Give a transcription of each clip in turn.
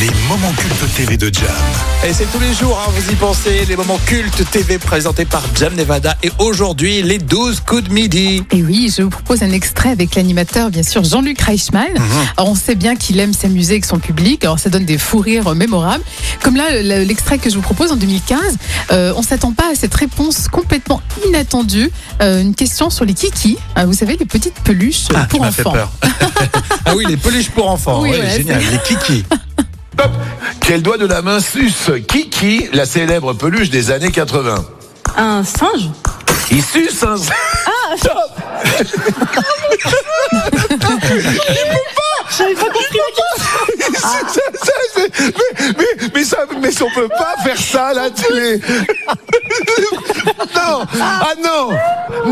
Les moments cultes TV de Jam. Et c'est tous les jours, hein, vous y pensez, les moments cultes TV présentés par Jam Nevada. Et aujourd'hui, les 12 coups de midi. Et oui, je vous propose un extrait avec l'animateur, bien sûr, Jean-Luc Reichmann. Alors, on sait bien qu'il aime s'amuser avec son public, alors ça donne des fous rires euh, mémorables. Comme là, le- l'extrait que je vous propose en 2015, euh, on s'attend pas à cette réponse complètement inattendue. Euh, une question sur les kikis, Euh, vous savez, les petites peluches euh, pour m'as fait enfants. peur. ah oui, les peluches pour enfants. Oui, ouais, ouais, génial. Les kikis. Top Quel doigt de la main suce Kiki, la célèbre peluche des années 80 Un singe Il suce hein, un... Ah, J'avais pas compris. Ça, ça, c'est- mais, mais, mais ça, mais on peut pas faire ça, là, tu es... Non Ah non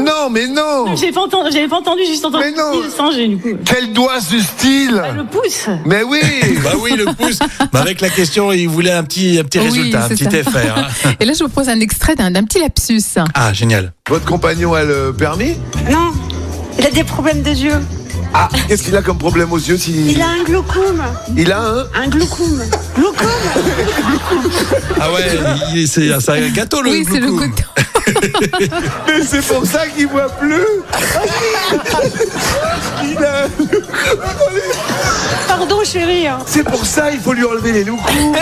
Non, mais non J'avais pas entendu, j'avais pas entendu, j'ai juste entendu Mais non. le singe et du coup. Quel doigt suce-t-il Le pouce Mais oui Bah oui, le pouce. Bah avec la question, il voulait un petit, un petit Oui, résultat, un c'est petit ça. effet. hein. Et là, je vous propose un extrait d'un d'un petit lapsus. Ah, génial. Votre compagnon a le permis Non, il a des problèmes de yeux. Ah, qu'est-ce qu'il a comme problème aux yeux Il s'il... a un glaucome. Il a un... Un glaucome. Glaucome Ah ouais, il- c'est c'est un gâteau le oui, c'est le glouglou. côté. Mais c'est pour ça qu'il voit plus Il a... Pardon, chérie. hein. C'est pour ça il faut lui enlever les loucoums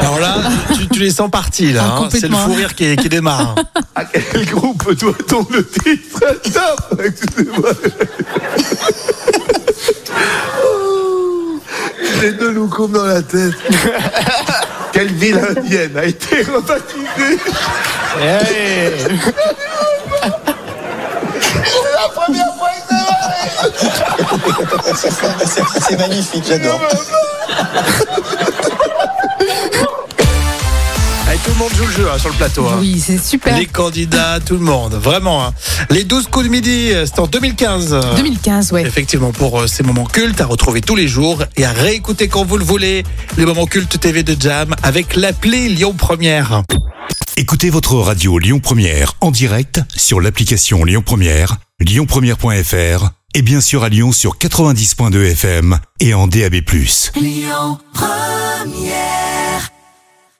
Alors là, tu, tu les sens partis, là. Ah, hein. C'est le complètement. fou rire qui, qui démarre. hein. À quel groupe doit-on le titre Top Excusez-moi. Oh, J'ai deux loucoums dans la tête. Quelle ville indienne a été rebaptisée C'est magnifique, j'adore. Et tout le monde joue le jeu hein, sur le plateau. hein. Oui, c'est super. Les candidats, tout le monde, vraiment. hein. Les 12 coups de midi, euh, c'est en 2015. 2015, ouais. Effectivement, pour euh, ces moments cultes à retrouver tous les jours et à réécouter quand vous le voulez, les moments cultes TV de Jam avec l'appli Lyon Première. Écoutez votre radio Lyon Première en direct sur l'application Lyon Première, lyonpremière.fr et bien sûr à Lyon sur 90.2 FM et en DAB+. Lyon Première